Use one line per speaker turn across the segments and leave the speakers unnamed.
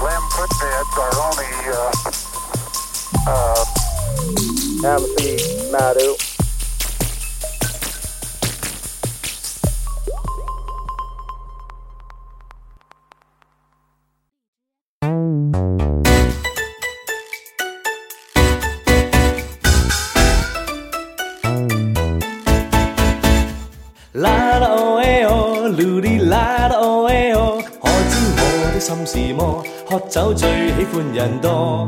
footbeds are only uh, uh, Amity Madu.
啦啦哦哎哦，噜哩啦啦哦哎哦，可知我的心是魔，喝酒最喜歡人多。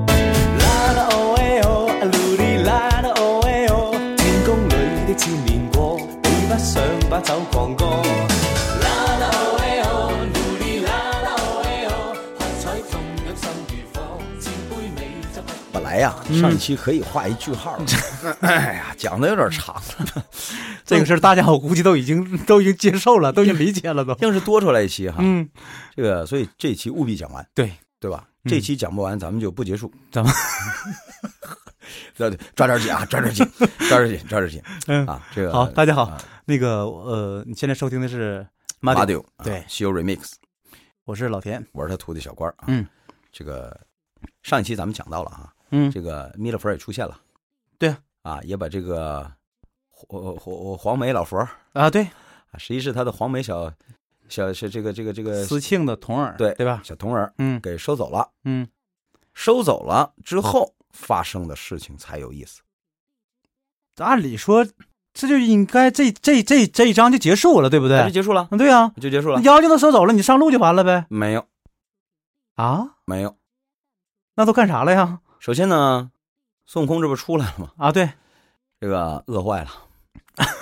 啦啦哦哎哦，啊噜哩啦啦哦哎哦，天宮裏的千年過，比不上把酒狂歌。啦啦哦哎哦，嚕哩啦啦哦哎哦，喝彩中享心如火，千杯美酒不。
本来呀，
嗯
上一期可以画一句号 的，哎呀，讲的有点长 了，
这个事儿大家我估计都已经 都已经接受了，都已经理解了 都。
硬是多出来一期哈。
嗯，
这个，所以这期务必讲完，
对，嗯
对吧？这期讲不完，咱们就不结束。
咱们
对，对抓点紧啊，抓 点紧，抓点紧，抓点紧
嗯
啊！这个
好，大家好
啊，
那个呃，你现在收听的是马
马
丢，
丢啊
对
西游 remix，
我是老田。
我是他徒弟小官儿啊。
嗯，
这个上一期咱们讲到了啊，
嗯，
这个弥勒佛也出现了，
对啊
啊，也把这个黄呃黄黄眉老佛儿
啊，对，
啊，实际是他的黄眉小小是这个这个这个
思庆的童儿，
对
呃对吧？
小童儿
嗯
给收走了，
嗯，
收走了之后发生的事情才有意思。
按理说这就应该这这这这一章就结束了，对不
那就
对？
结束了，
嗯，对啊，
就结束了
那。妖精都收走了，你上路就完了呗？
没有，
啊，
没有。
那都干啥了呀？
首先呢，孙悟空这不出来了吗？
啊，对，
这个饿坏了，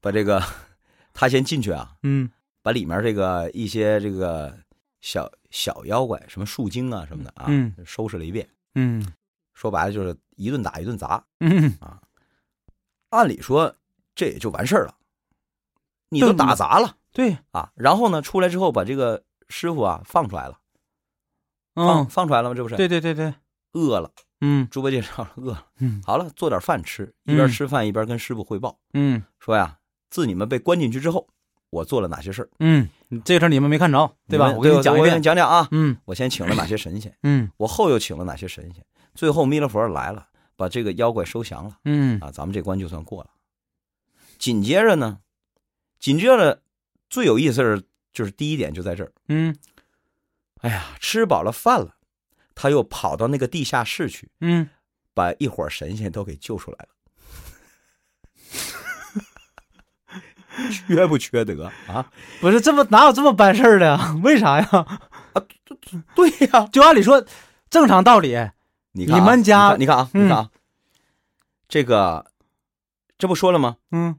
把这个他先进去啊，
嗯
把里面这个一些这个小小妖怪，什么树精啊什么的啊，
嗯
收拾了一遍。
嗯
说白了就是一顿打一顿砸。
嗯，
按理说这也就完事儿了，你都
对
打砸了
对，
啊。然后呢，出来之后把这个师傅啊放出来了，放、
嗯，
放出来了吗？这不是
对对对对，
饿了，
嗯
猪八戒上了饿了，
嗯
好了，做点饭吃，
嗯
一边吃饭一边跟师傅汇报，
嗯。
说呀，自你们被关进去之后，我做了哪些事儿，
嗯，这事儿你们没看着，对吧？
们
我给你讲一
我给你
遍。
讲讲啊。
嗯
我先请了哪些神仙，
嗯
我后又请了哪些神仙，最后弥勒佛来了，把这个妖怪收降了。
嗯
啊，咱们这关就算过了。紧接着呢，紧接着最有意思的就是第一点就在这儿，
嗯
哎呀，吃饱了饭了，他又跑到那个地下室去，
嗯，
把一伙神仙都给救出来了。 缺不缺德啊？
不是这么哪有这么办事儿的呀？ 为啥呀？
对呀、
就按理说，正常道理，
你看啊、
你们家嗯
你看啊，你看啊，这个这不说了吗？
嗯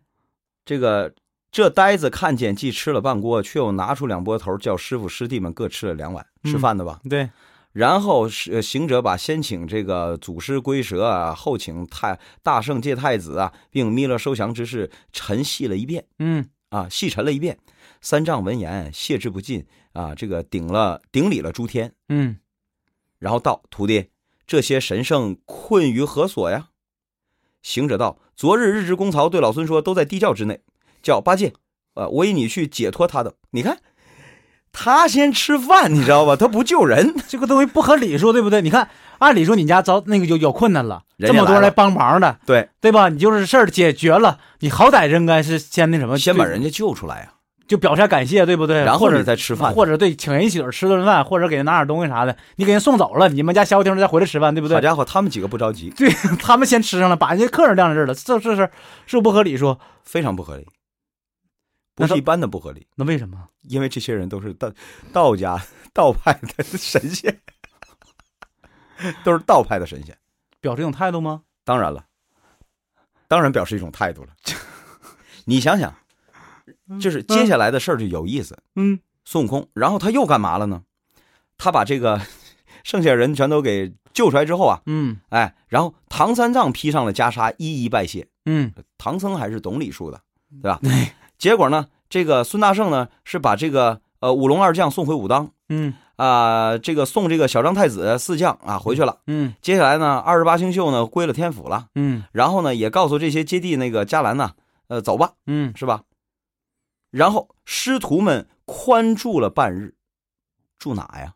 这个这呆子看见既吃了半锅，却又拿出两拨头，叫师傅师弟们各吃了两碗，
嗯
吃饭的吧。
对，
然后是呃行者把先请这个祖师龟蛇啊，后请太大圣界太子啊，并弥勒收降之事陈细了一遍
嗯
啊，细陈了一遍。三藏闻言，谢之不尽啊，这个顶了顶礼了诸天，啊
嗯
然后道：“徒弟，这些神圣困于何所呀？”行者道：“昨日日值公曹对老孙说，都在地窖之内，叫八戒，呃，我引你去解脱他等。你看，他先吃饭，你知道吧？他不救人，
这个东西不合理说，对不对？你看，按理说你家遭那个有有困难了，
人
这
家
么多人
来了
来帮忙的，
对，
对吧？你就是事儿解决了，你好歹应该是先那什么，
先把
对
人家救出来啊呀、
就表示下感谢，对不对？
然后
或者
你再吃饭，
或者对，请人一起吃顿饭，或者给人拿点东西啥的，你给人送走了，你们家消停了再回来吃饭，对不对
好？家伙，他们几个不着急，
对他们先吃上了，把人家客人晾在这儿了，这这事儿是不不合理说。
非常不合理，不
那
是
他
一般的不合理，
那为什么？
因为这些人都是道道家道派的神仙，都是道派的神仙。”
表示一种态度吗？
当然了，当然表示一种态度了。 你想想，就是接下来的事儿就有意思。
嗯
孙悟空，然后他又干嘛了呢？他把这个剩下人全都给救出来之后啊，
嗯
哎，然后唐三藏披上了袈裟，一一拜谢。
嗯
唐僧还是懂礼数的，对吧？结果呢，这个孙大圣呢是把这个呃五龙二将送回武当
嗯
啊、这个送这个小张太子四将啊回去了。
嗯
接下来呢，二十八星宿呢归了天府了。
嗯
然后呢，也告诉这些接地那个伽蓝呐、呃，走吧，
嗯，
是吧？然后师徒们宽住了半日，住哪呀？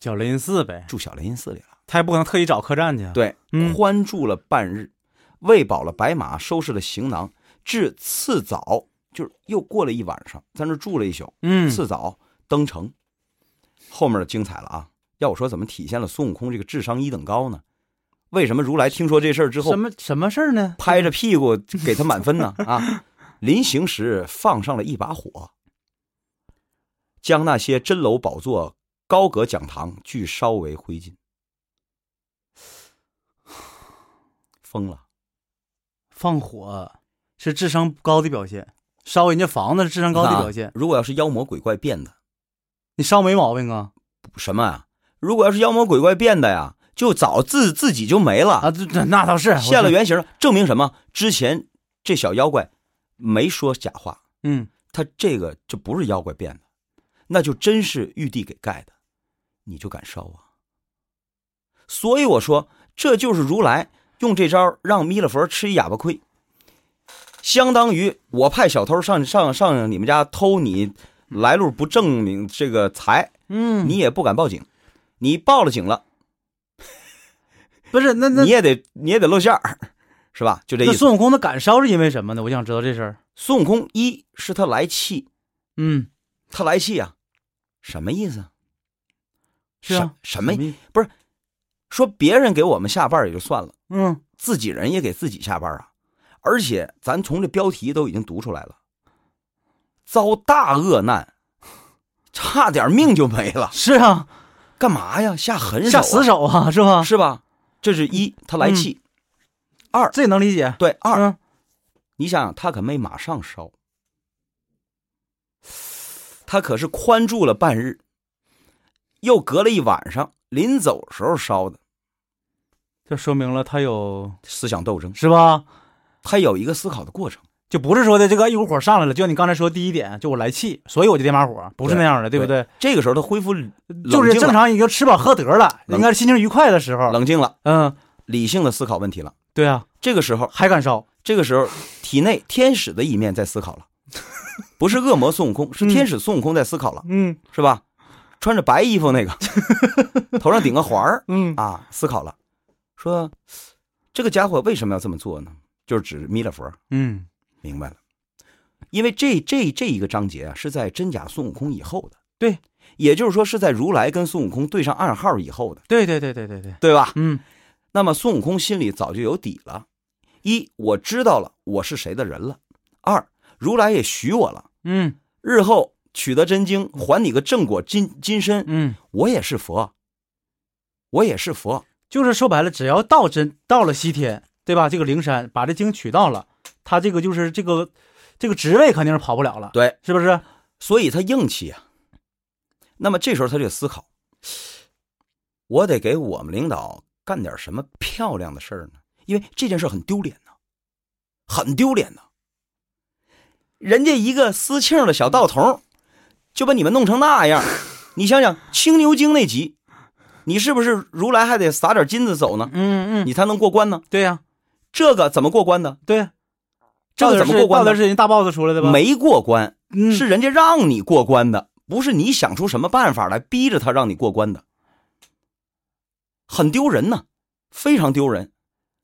叫雷音寺呗，
住小雷音寺里了。
他也不可能特意找客栈去啊。
对，
嗯
宽住了半日，喂饱了白马，收拾了行囊，至次早，就是又过了一晚上，在那儿住了一宿。
嗯，
次早登城，后面精彩了啊！要我说，怎么体现了孙悟空这个智商一等高呢？为什么如来听说这事儿之后
什，么什么事儿呢？
拍着屁股给他满 分呢？啊，临行时放上了一把火，将那些真楼宝座、高阁讲堂俱烧为灰烬。 疯了，
放火是智商高的表现，烧人家房子是智商高的表现
啊，如果要是妖魔鬼怪变的
你烧没毛病啊
什么啊？如果要是妖魔鬼怪变的呀，就早自自己就没了
啊！这这那倒是我
现了原形了，证明什么？之前这小妖怪没说假话，
嗯，
他这个就不是妖怪变的，那就真是玉帝给盖的，你就敢烧啊？所以我说，这就是如来用这招让弥勒佛吃一哑巴亏，相当于我派小偷上上上你们家偷你来路不正明这个财，
嗯，
你也不敢报警，你报了警了，
不是那那
你也得你也得露馅儿，是吧？就这意
那
思。
孙悟空他敢烧是因为什么呢？我想知道这事儿。
孙悟空一是他来气，
嗯，
他来气啊，什么意思啊？
是啊，
什什么说别人给我们下绊儿也就算了，
嗯，
自己人也给自己下绊儿啊！而且咱从这标题都已经读出来了，遭大厄难，差点命就没了，
是啊，
干嘛呀？下狠手、
下死、手啊，是吧？
是吧？这是一，他来气；
这能理解。
对二，
嗯，
你想想，他可没马上烧，他可是宽住了半日，又隔了一晚上，临走时候烧的，
这说明了他有
思想斗争，
是吧？
他有一个思考的过程，
就不是说的这个一股火上来了，就像你刚才说第一点，就我来气，所以我就点把火，不是
对
那样的，对不对？
这个时候他恢复
就
冷
是
静
正
了
常已经吃饱喝得了，
冷
应该是心情愉快的时候。
冷静了，
嗯，
理性的思考问题了。
对啊，
这个时候，
还敢烧，
这个时候，体内天使的一面在思考了，不是恶魔孙悟空，是天使孙悟空在思考了，
嗯
是吧？穿着白衣 服那个，头上顶个环儿，
嗯
啊，思考了，说这个家伙为什么要这么做呢？就是指弥勒佛，
嗯，
明白了，因为这这这一个章节啊，是在真假孙悟空以后的，
对，
也就是说是在如来跟孙悟空对上暗号以后的，
对对对对对对，
对吧？
嗯
那么孙悟空心里早就有底了，一我知道了我是谁的人了，二如来也许我了，
嗯
日后取得真经，还你个正果金金身，
嗯，
我也是佛，我也是佛，
就是说白了，只要到真到了西天，对吧？这个灵山把这经取到了，他这个就是这个这个职位肯定是跑不了了，
对。
是不是？
所以他硬气啊。那么这时候他就思考，我得给我们领导干点什么漂亮的事儿呢？因为这件事很丢脸呐、很丢脸呐、人家一个私庆的小道童儿，就把你们弄成那样，你想想《青牛精》那集，你是不是如来还得撒点金子走呢？
嗯嗯，
你才能过关呢？
对呀、
这个怎么过关呢？
对呀、
这个
到底
怎么
是
过关
到
呢
底是人大 boss 出来的吧？，
没过关，
嗯、
是人家让你过关的，不是你想出什么办法来逼着他让你过关的，很丢人呐，非常丢人，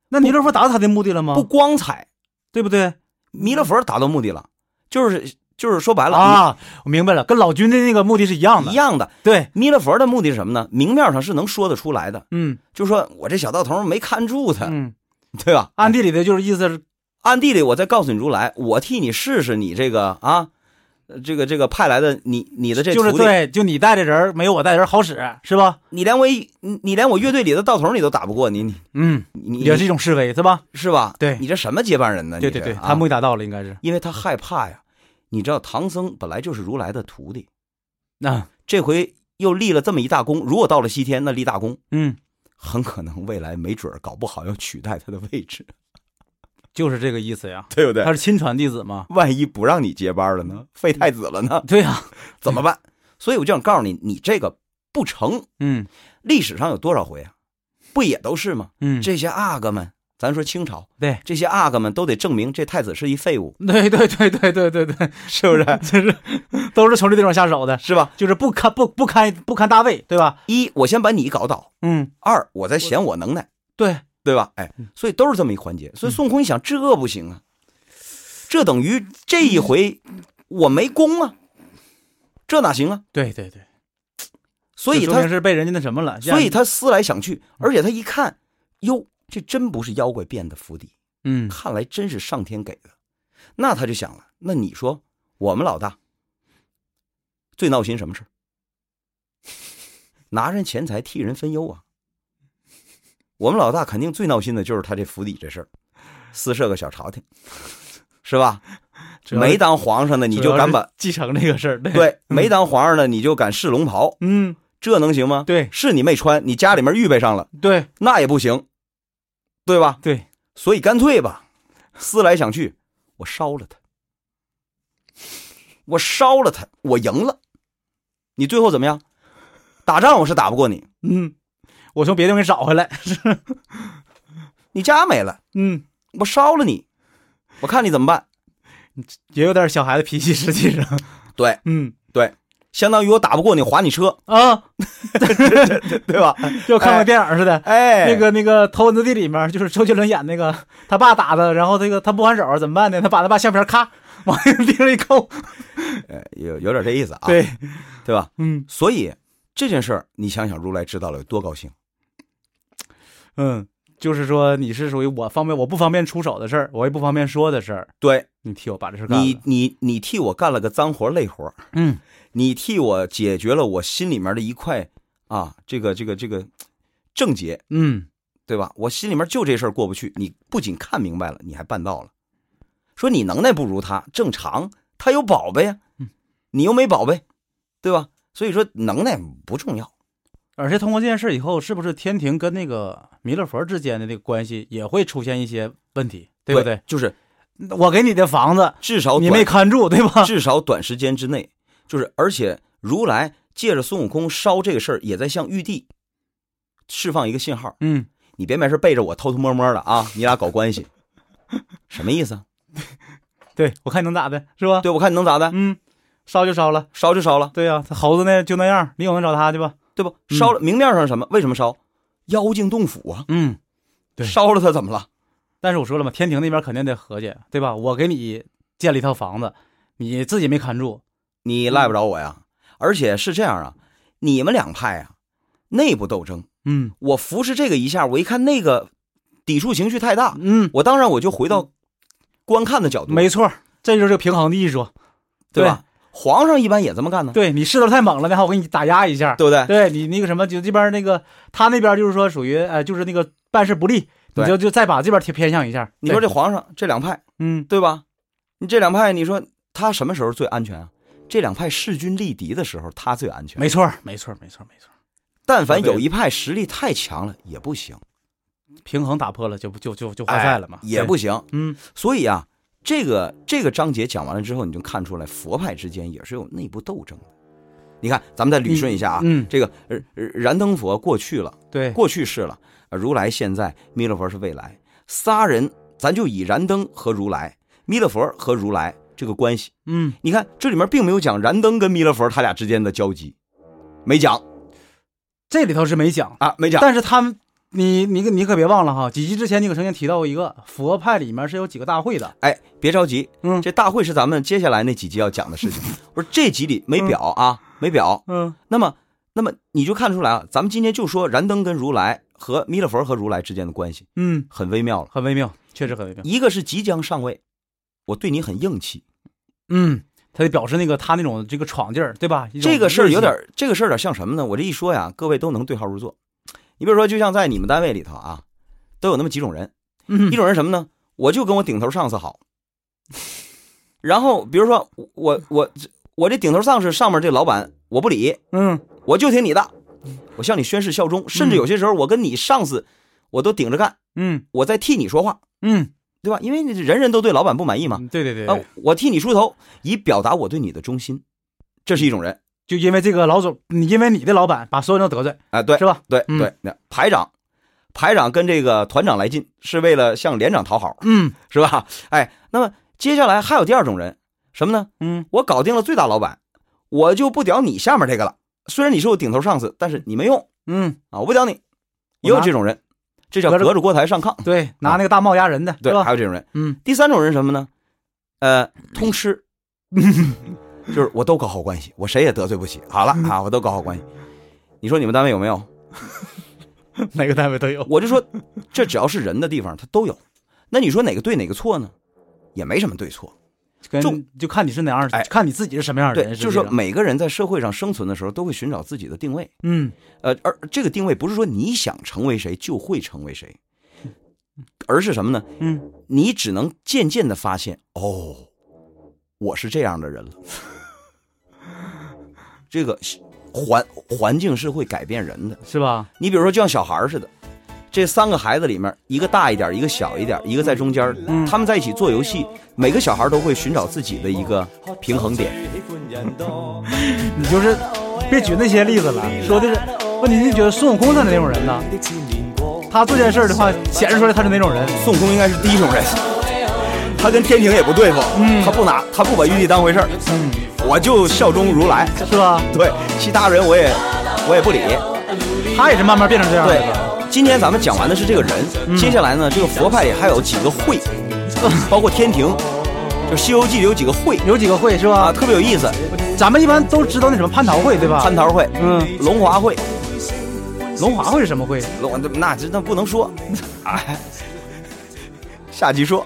那弥勒佛达到他的目的了吗？
不，光彩。
对不对？
弥勒佛达到目的了，就是就是说白了
啊，我明白了，跟老君的那个目的是一样
你
的。
一样的。
对，
弥勒佛的目的是什么呢？明面上是能说得出来的，
嗯
就说我这小道童没看住他，
嗯，
对吧？
暗地里的就是意思是，
暗地里我再告诉你如来，我替你试试你这个啊，呃这个这个派来的你你的这
就是
徒弟，
对，就你带的人儿没有我带的人好使，是吧？
你连我一你你连我乐队里的道童你都打不过，你你
嗯，
你
也是一种示威，是吧？
是吧？
对
你这什么接班人呢？
对
你这
对对，
啊
他目的达到了，应该是。
因为他害怕呀。你知道唐僧本来就是如来的徒弟，
那
这回又立了这么一大功，如果到了西天，那立大功，
嗯，
很可能未来没准儿搞不好要取代他的位置，
就是这个意思呀。
对不对
他？是亲传弟子嘛？
万一不让你接班了呢？废太子了呢？
对呀、
怎么办？所以我就想告诉你，你这个不成。
嗯
历史上有多少回啊？不也都是吗？
嗯，
这些阿哥们咱说清朝，
对
这些阿哥们都得证明这太子是一废物，
对对对对对对对，
是不是？
就是都是从这地方下手的，
是吧？
就是不堪不不堪不堪大位，对吧？
一，我先把你搞倒；
嗯，
二，我再嫌我能耐，
对，
对吧？哎
嗯，
所以都是这么一环节。所以孙悟空一想，这不行啊，这等于这
嗯
一回我没功啊，这哪行啊？
对对对，
所以
就说
他
明是被人家那什么了，
所以
他
他思来想去，而且他一看，哟，这真不是妖怪变的伏笔，
嗯
看来真是上天给的。那他就想了，那你说我们老大最闹心什么事儿？ 拿人钱财替人分忧啊！我们老大肯定最闹心的就是他这府邸这事儿，私设个小朝廷，是吧？
主要
没当皇上的你就敢
主要
把
是 嗯继承这个事儿，对
对，没当皇上的你就敢试龙袍，
嗯，
这能行吗？
对
是你没穿，你家里面预备上了。
对
那也不行，对吧？
对，
所以干脆吧，思来想去，我烧了他，我烧了他，我赢了。你最后怎么样？打仗我是打不过你，
嗯，我从别地方给找回来，
你家没了，
嗯，
我烧了你，我看你怎么办。
也有点小孩子脾气，实际上，
对
嗯
对，相当于我打不过你，划你车，
啊，
对吧？
就看个电影似的。
哎，
那个那个《头文字 D》里面，就是周杰伦演那个他爸打的，然后这个他不还手怎么办呢？他把他爸相片咔 往地上一扣，
哎有有点这意思啊，
对，
对吧？
嗯
所以这件事儿，你想想，如来知道了有多高兴？
嗯，就是说你是属于我方便我不方便出手的事儿，我也不方便说的事儿，
对
你替我把这事儿干了。
你，你你替我干了个脏活累活，
嗯，
你替我解决了我心里面的一块啊，这个这个这个症结，
嗯
对吧？我心里面就这事儿过不去。你不仅看明白了，你还办到了。说你能耐不如他，正常，他有宝贝呀、
嗯
你又没宝贝，对吧？所以说能耐不重要。
而且通过这件事以后，是不是天庭跟那个弥勒佛之间的这个关系也会出现一些问题，对不对？
就是哦
我给你的房子，
至少
你
短
没看住，对吧？
至少短时间之内，就是而且如来借着孙悟空烧这个事儿，也在向玉帝释放一个信号。
嗯，
你别没事背着我偷偷摸摸的啊，你俩搞关系，什么意思啊？
对，我看你能咋的，是吧？
对我看你能咋的？
嗯，烧就烧了。
烧就烧了，
对呀、他猴子呢就那样，你有能找他去吧？
对不？
嗯
烧了，明面上是什么？为什么烧？妖精洞府啊，
嗯，对
烧了它怎么了？
但是我说了嘛，天庭那边肯定得和解，对吧？我给你建了一套房子，你自己没看住，
你赖不着我
嗯
呀。而且是这样啊，你们两派啊，内部斗争，
嗯
我服侍这个一下，我一看那个抵触情绪太大，
嗯，
我当然我就回到观看的角度，
没错，这就是平衡的艺术，
对吧？皇上一般也这么干呢，
对你势头太猛了，那好，我给你打压一下。
对不对？
对你那个什么，就这边那个他那边就是说属于呃，就是那个办事不力，你
对
就就再把这边偏偏向一下。
你说
对
这皇上这两派，
嗯
对吧？你这两派，你说他什么时候最安全啊？这两派势均力敌的时候，他最安全。
没错，没错，没错，没错，
但凡
对
有一派实力太强了，也不行，
平衡打破了就不就就就换赛了嘛，
哎也
对
不行。
嗯
所以啊，这个这个章节讲完了之后，你就看出来佛派之间也是有内部斗争的。你看，咱们再捋顺一下啊，
嗯，
这个呃呃燃灯佛过去了，
对，
过去式了，呃如来现在，弥勒佛是未来，仨人咱就以燃灯和如来、弥勒佛和如来这个关系。
嗯
你看这里面并没有讲燃灯跟弥勒佛他俩之间的交集，没讲
这里头是没讲，
啊，没讲。
但是他们。你你可你可别忘了哈，几集之前你可曾经提到过一个佛派里面是有几个大会的，
哎，别着急，
嗯
这大会是咱们接下来那几集要讲的 事情。不是这集里没表啊，没表。
嗯
那么，那么你就看出来啊，咱们今天就说燃灯跟如来和弥勒佛和如来之间的关系
嗯，
很微妙了。
很微妙，确实很微妙，
一个是即将上位，我对你很硬气，
嗯，他得表示那个他那种这个闯劲儿，对吧？一种
这个事儿
锐气
有点儿，这个事儿有点像什么呢？我这一说呀，各位都能对号入座。你比如说，就像在你们单位里头啊，都有那么几种人，
嗯
一种人什么呢？我就跟我顶头上司好，然后比如说我我我我这顶头上司上面这老板我不理，
嗯
我就听你的，我向你宣誓效忠，甚至有些时候我跟你上司我都顶着干，
嗯
我在替你说话，
嗯
对吧？因为人人都对老板不满意嘛，
嗯，对对对，
啊
对，
我替你出头，以表达我对你的忠心，这是一种人
就因为这个老总，你因为你的老板把所有人都得罪，
啊，对
是吧？
对
嗯
对，那排长，排长跟这个团长来进，是为了向连长讨好，
嗯
是吧？哎，那么接下来还有第二种人，什么呢？
嗯，
我搞定了最大老板，我就不屌你下面这个了。虽然你是我顶头上司，但是你没用
嗯，
啊，我不屌你。也有这种人，这叫
隔着
隔着锅台上炕。
对，拿那个大帽压人的，
对
是，吧？
还有这种人。
嗯，
第三种人是什么呢？呃，通吃， 就是我都搞好关系，我谁也得罪不起。好了啊，我都搞好关系。你说你们单位有没有？
每个单位都有。
我就说，这只要是人的地方，它都有。那你说哪个对哪个错呢？也没什么对错。
跟就看你是哪样的
哎，
看你自己是什么样的
对，
人。
就是
这
说
个
每个人在社会上生存的时候，都会寻找自己的定位。
嗯，
呃，而这个定位不是说你想成为谁就会成为谁，而是什么呢？
嗯，
你只能渐渐的发现，哦，我是这样的人了。这个是环环境是会改变人的。
是吧？
你比如说，就像小孩儿似的，这三个孩子里面，一个大一点儿，一个小一点儿，一个在中间儿，
嗯
他们在一起做游戏，每个小孩儿都会寻找自己的一个平衡点。
你就是别举那些例子了，说的是问题，你觉得孙悟空他是哪种人呢？他做件事儿的话，显示出来他是哪种人。
孙悟空应该是第一种人，他跟天庭也不对付，他不拿，他不把玉帝当回事儿，我就效忠如来，
是吧？
对，其他人我也我也不理，
他也是慢慢变成这样
对
的吧。。
今天咱们讲完的是这个人，接下来呢，这个佛派里还有几个会，包括天庭，就《西游记》里有几个会
有几个会是吧？
啊，特别有意思，
咱们一般都知道那什么蟠桃会对吧？
蟠桃会、
嗯，
龙华会，
龙华会是什么会？
龙那这那不能说，哎，下集说。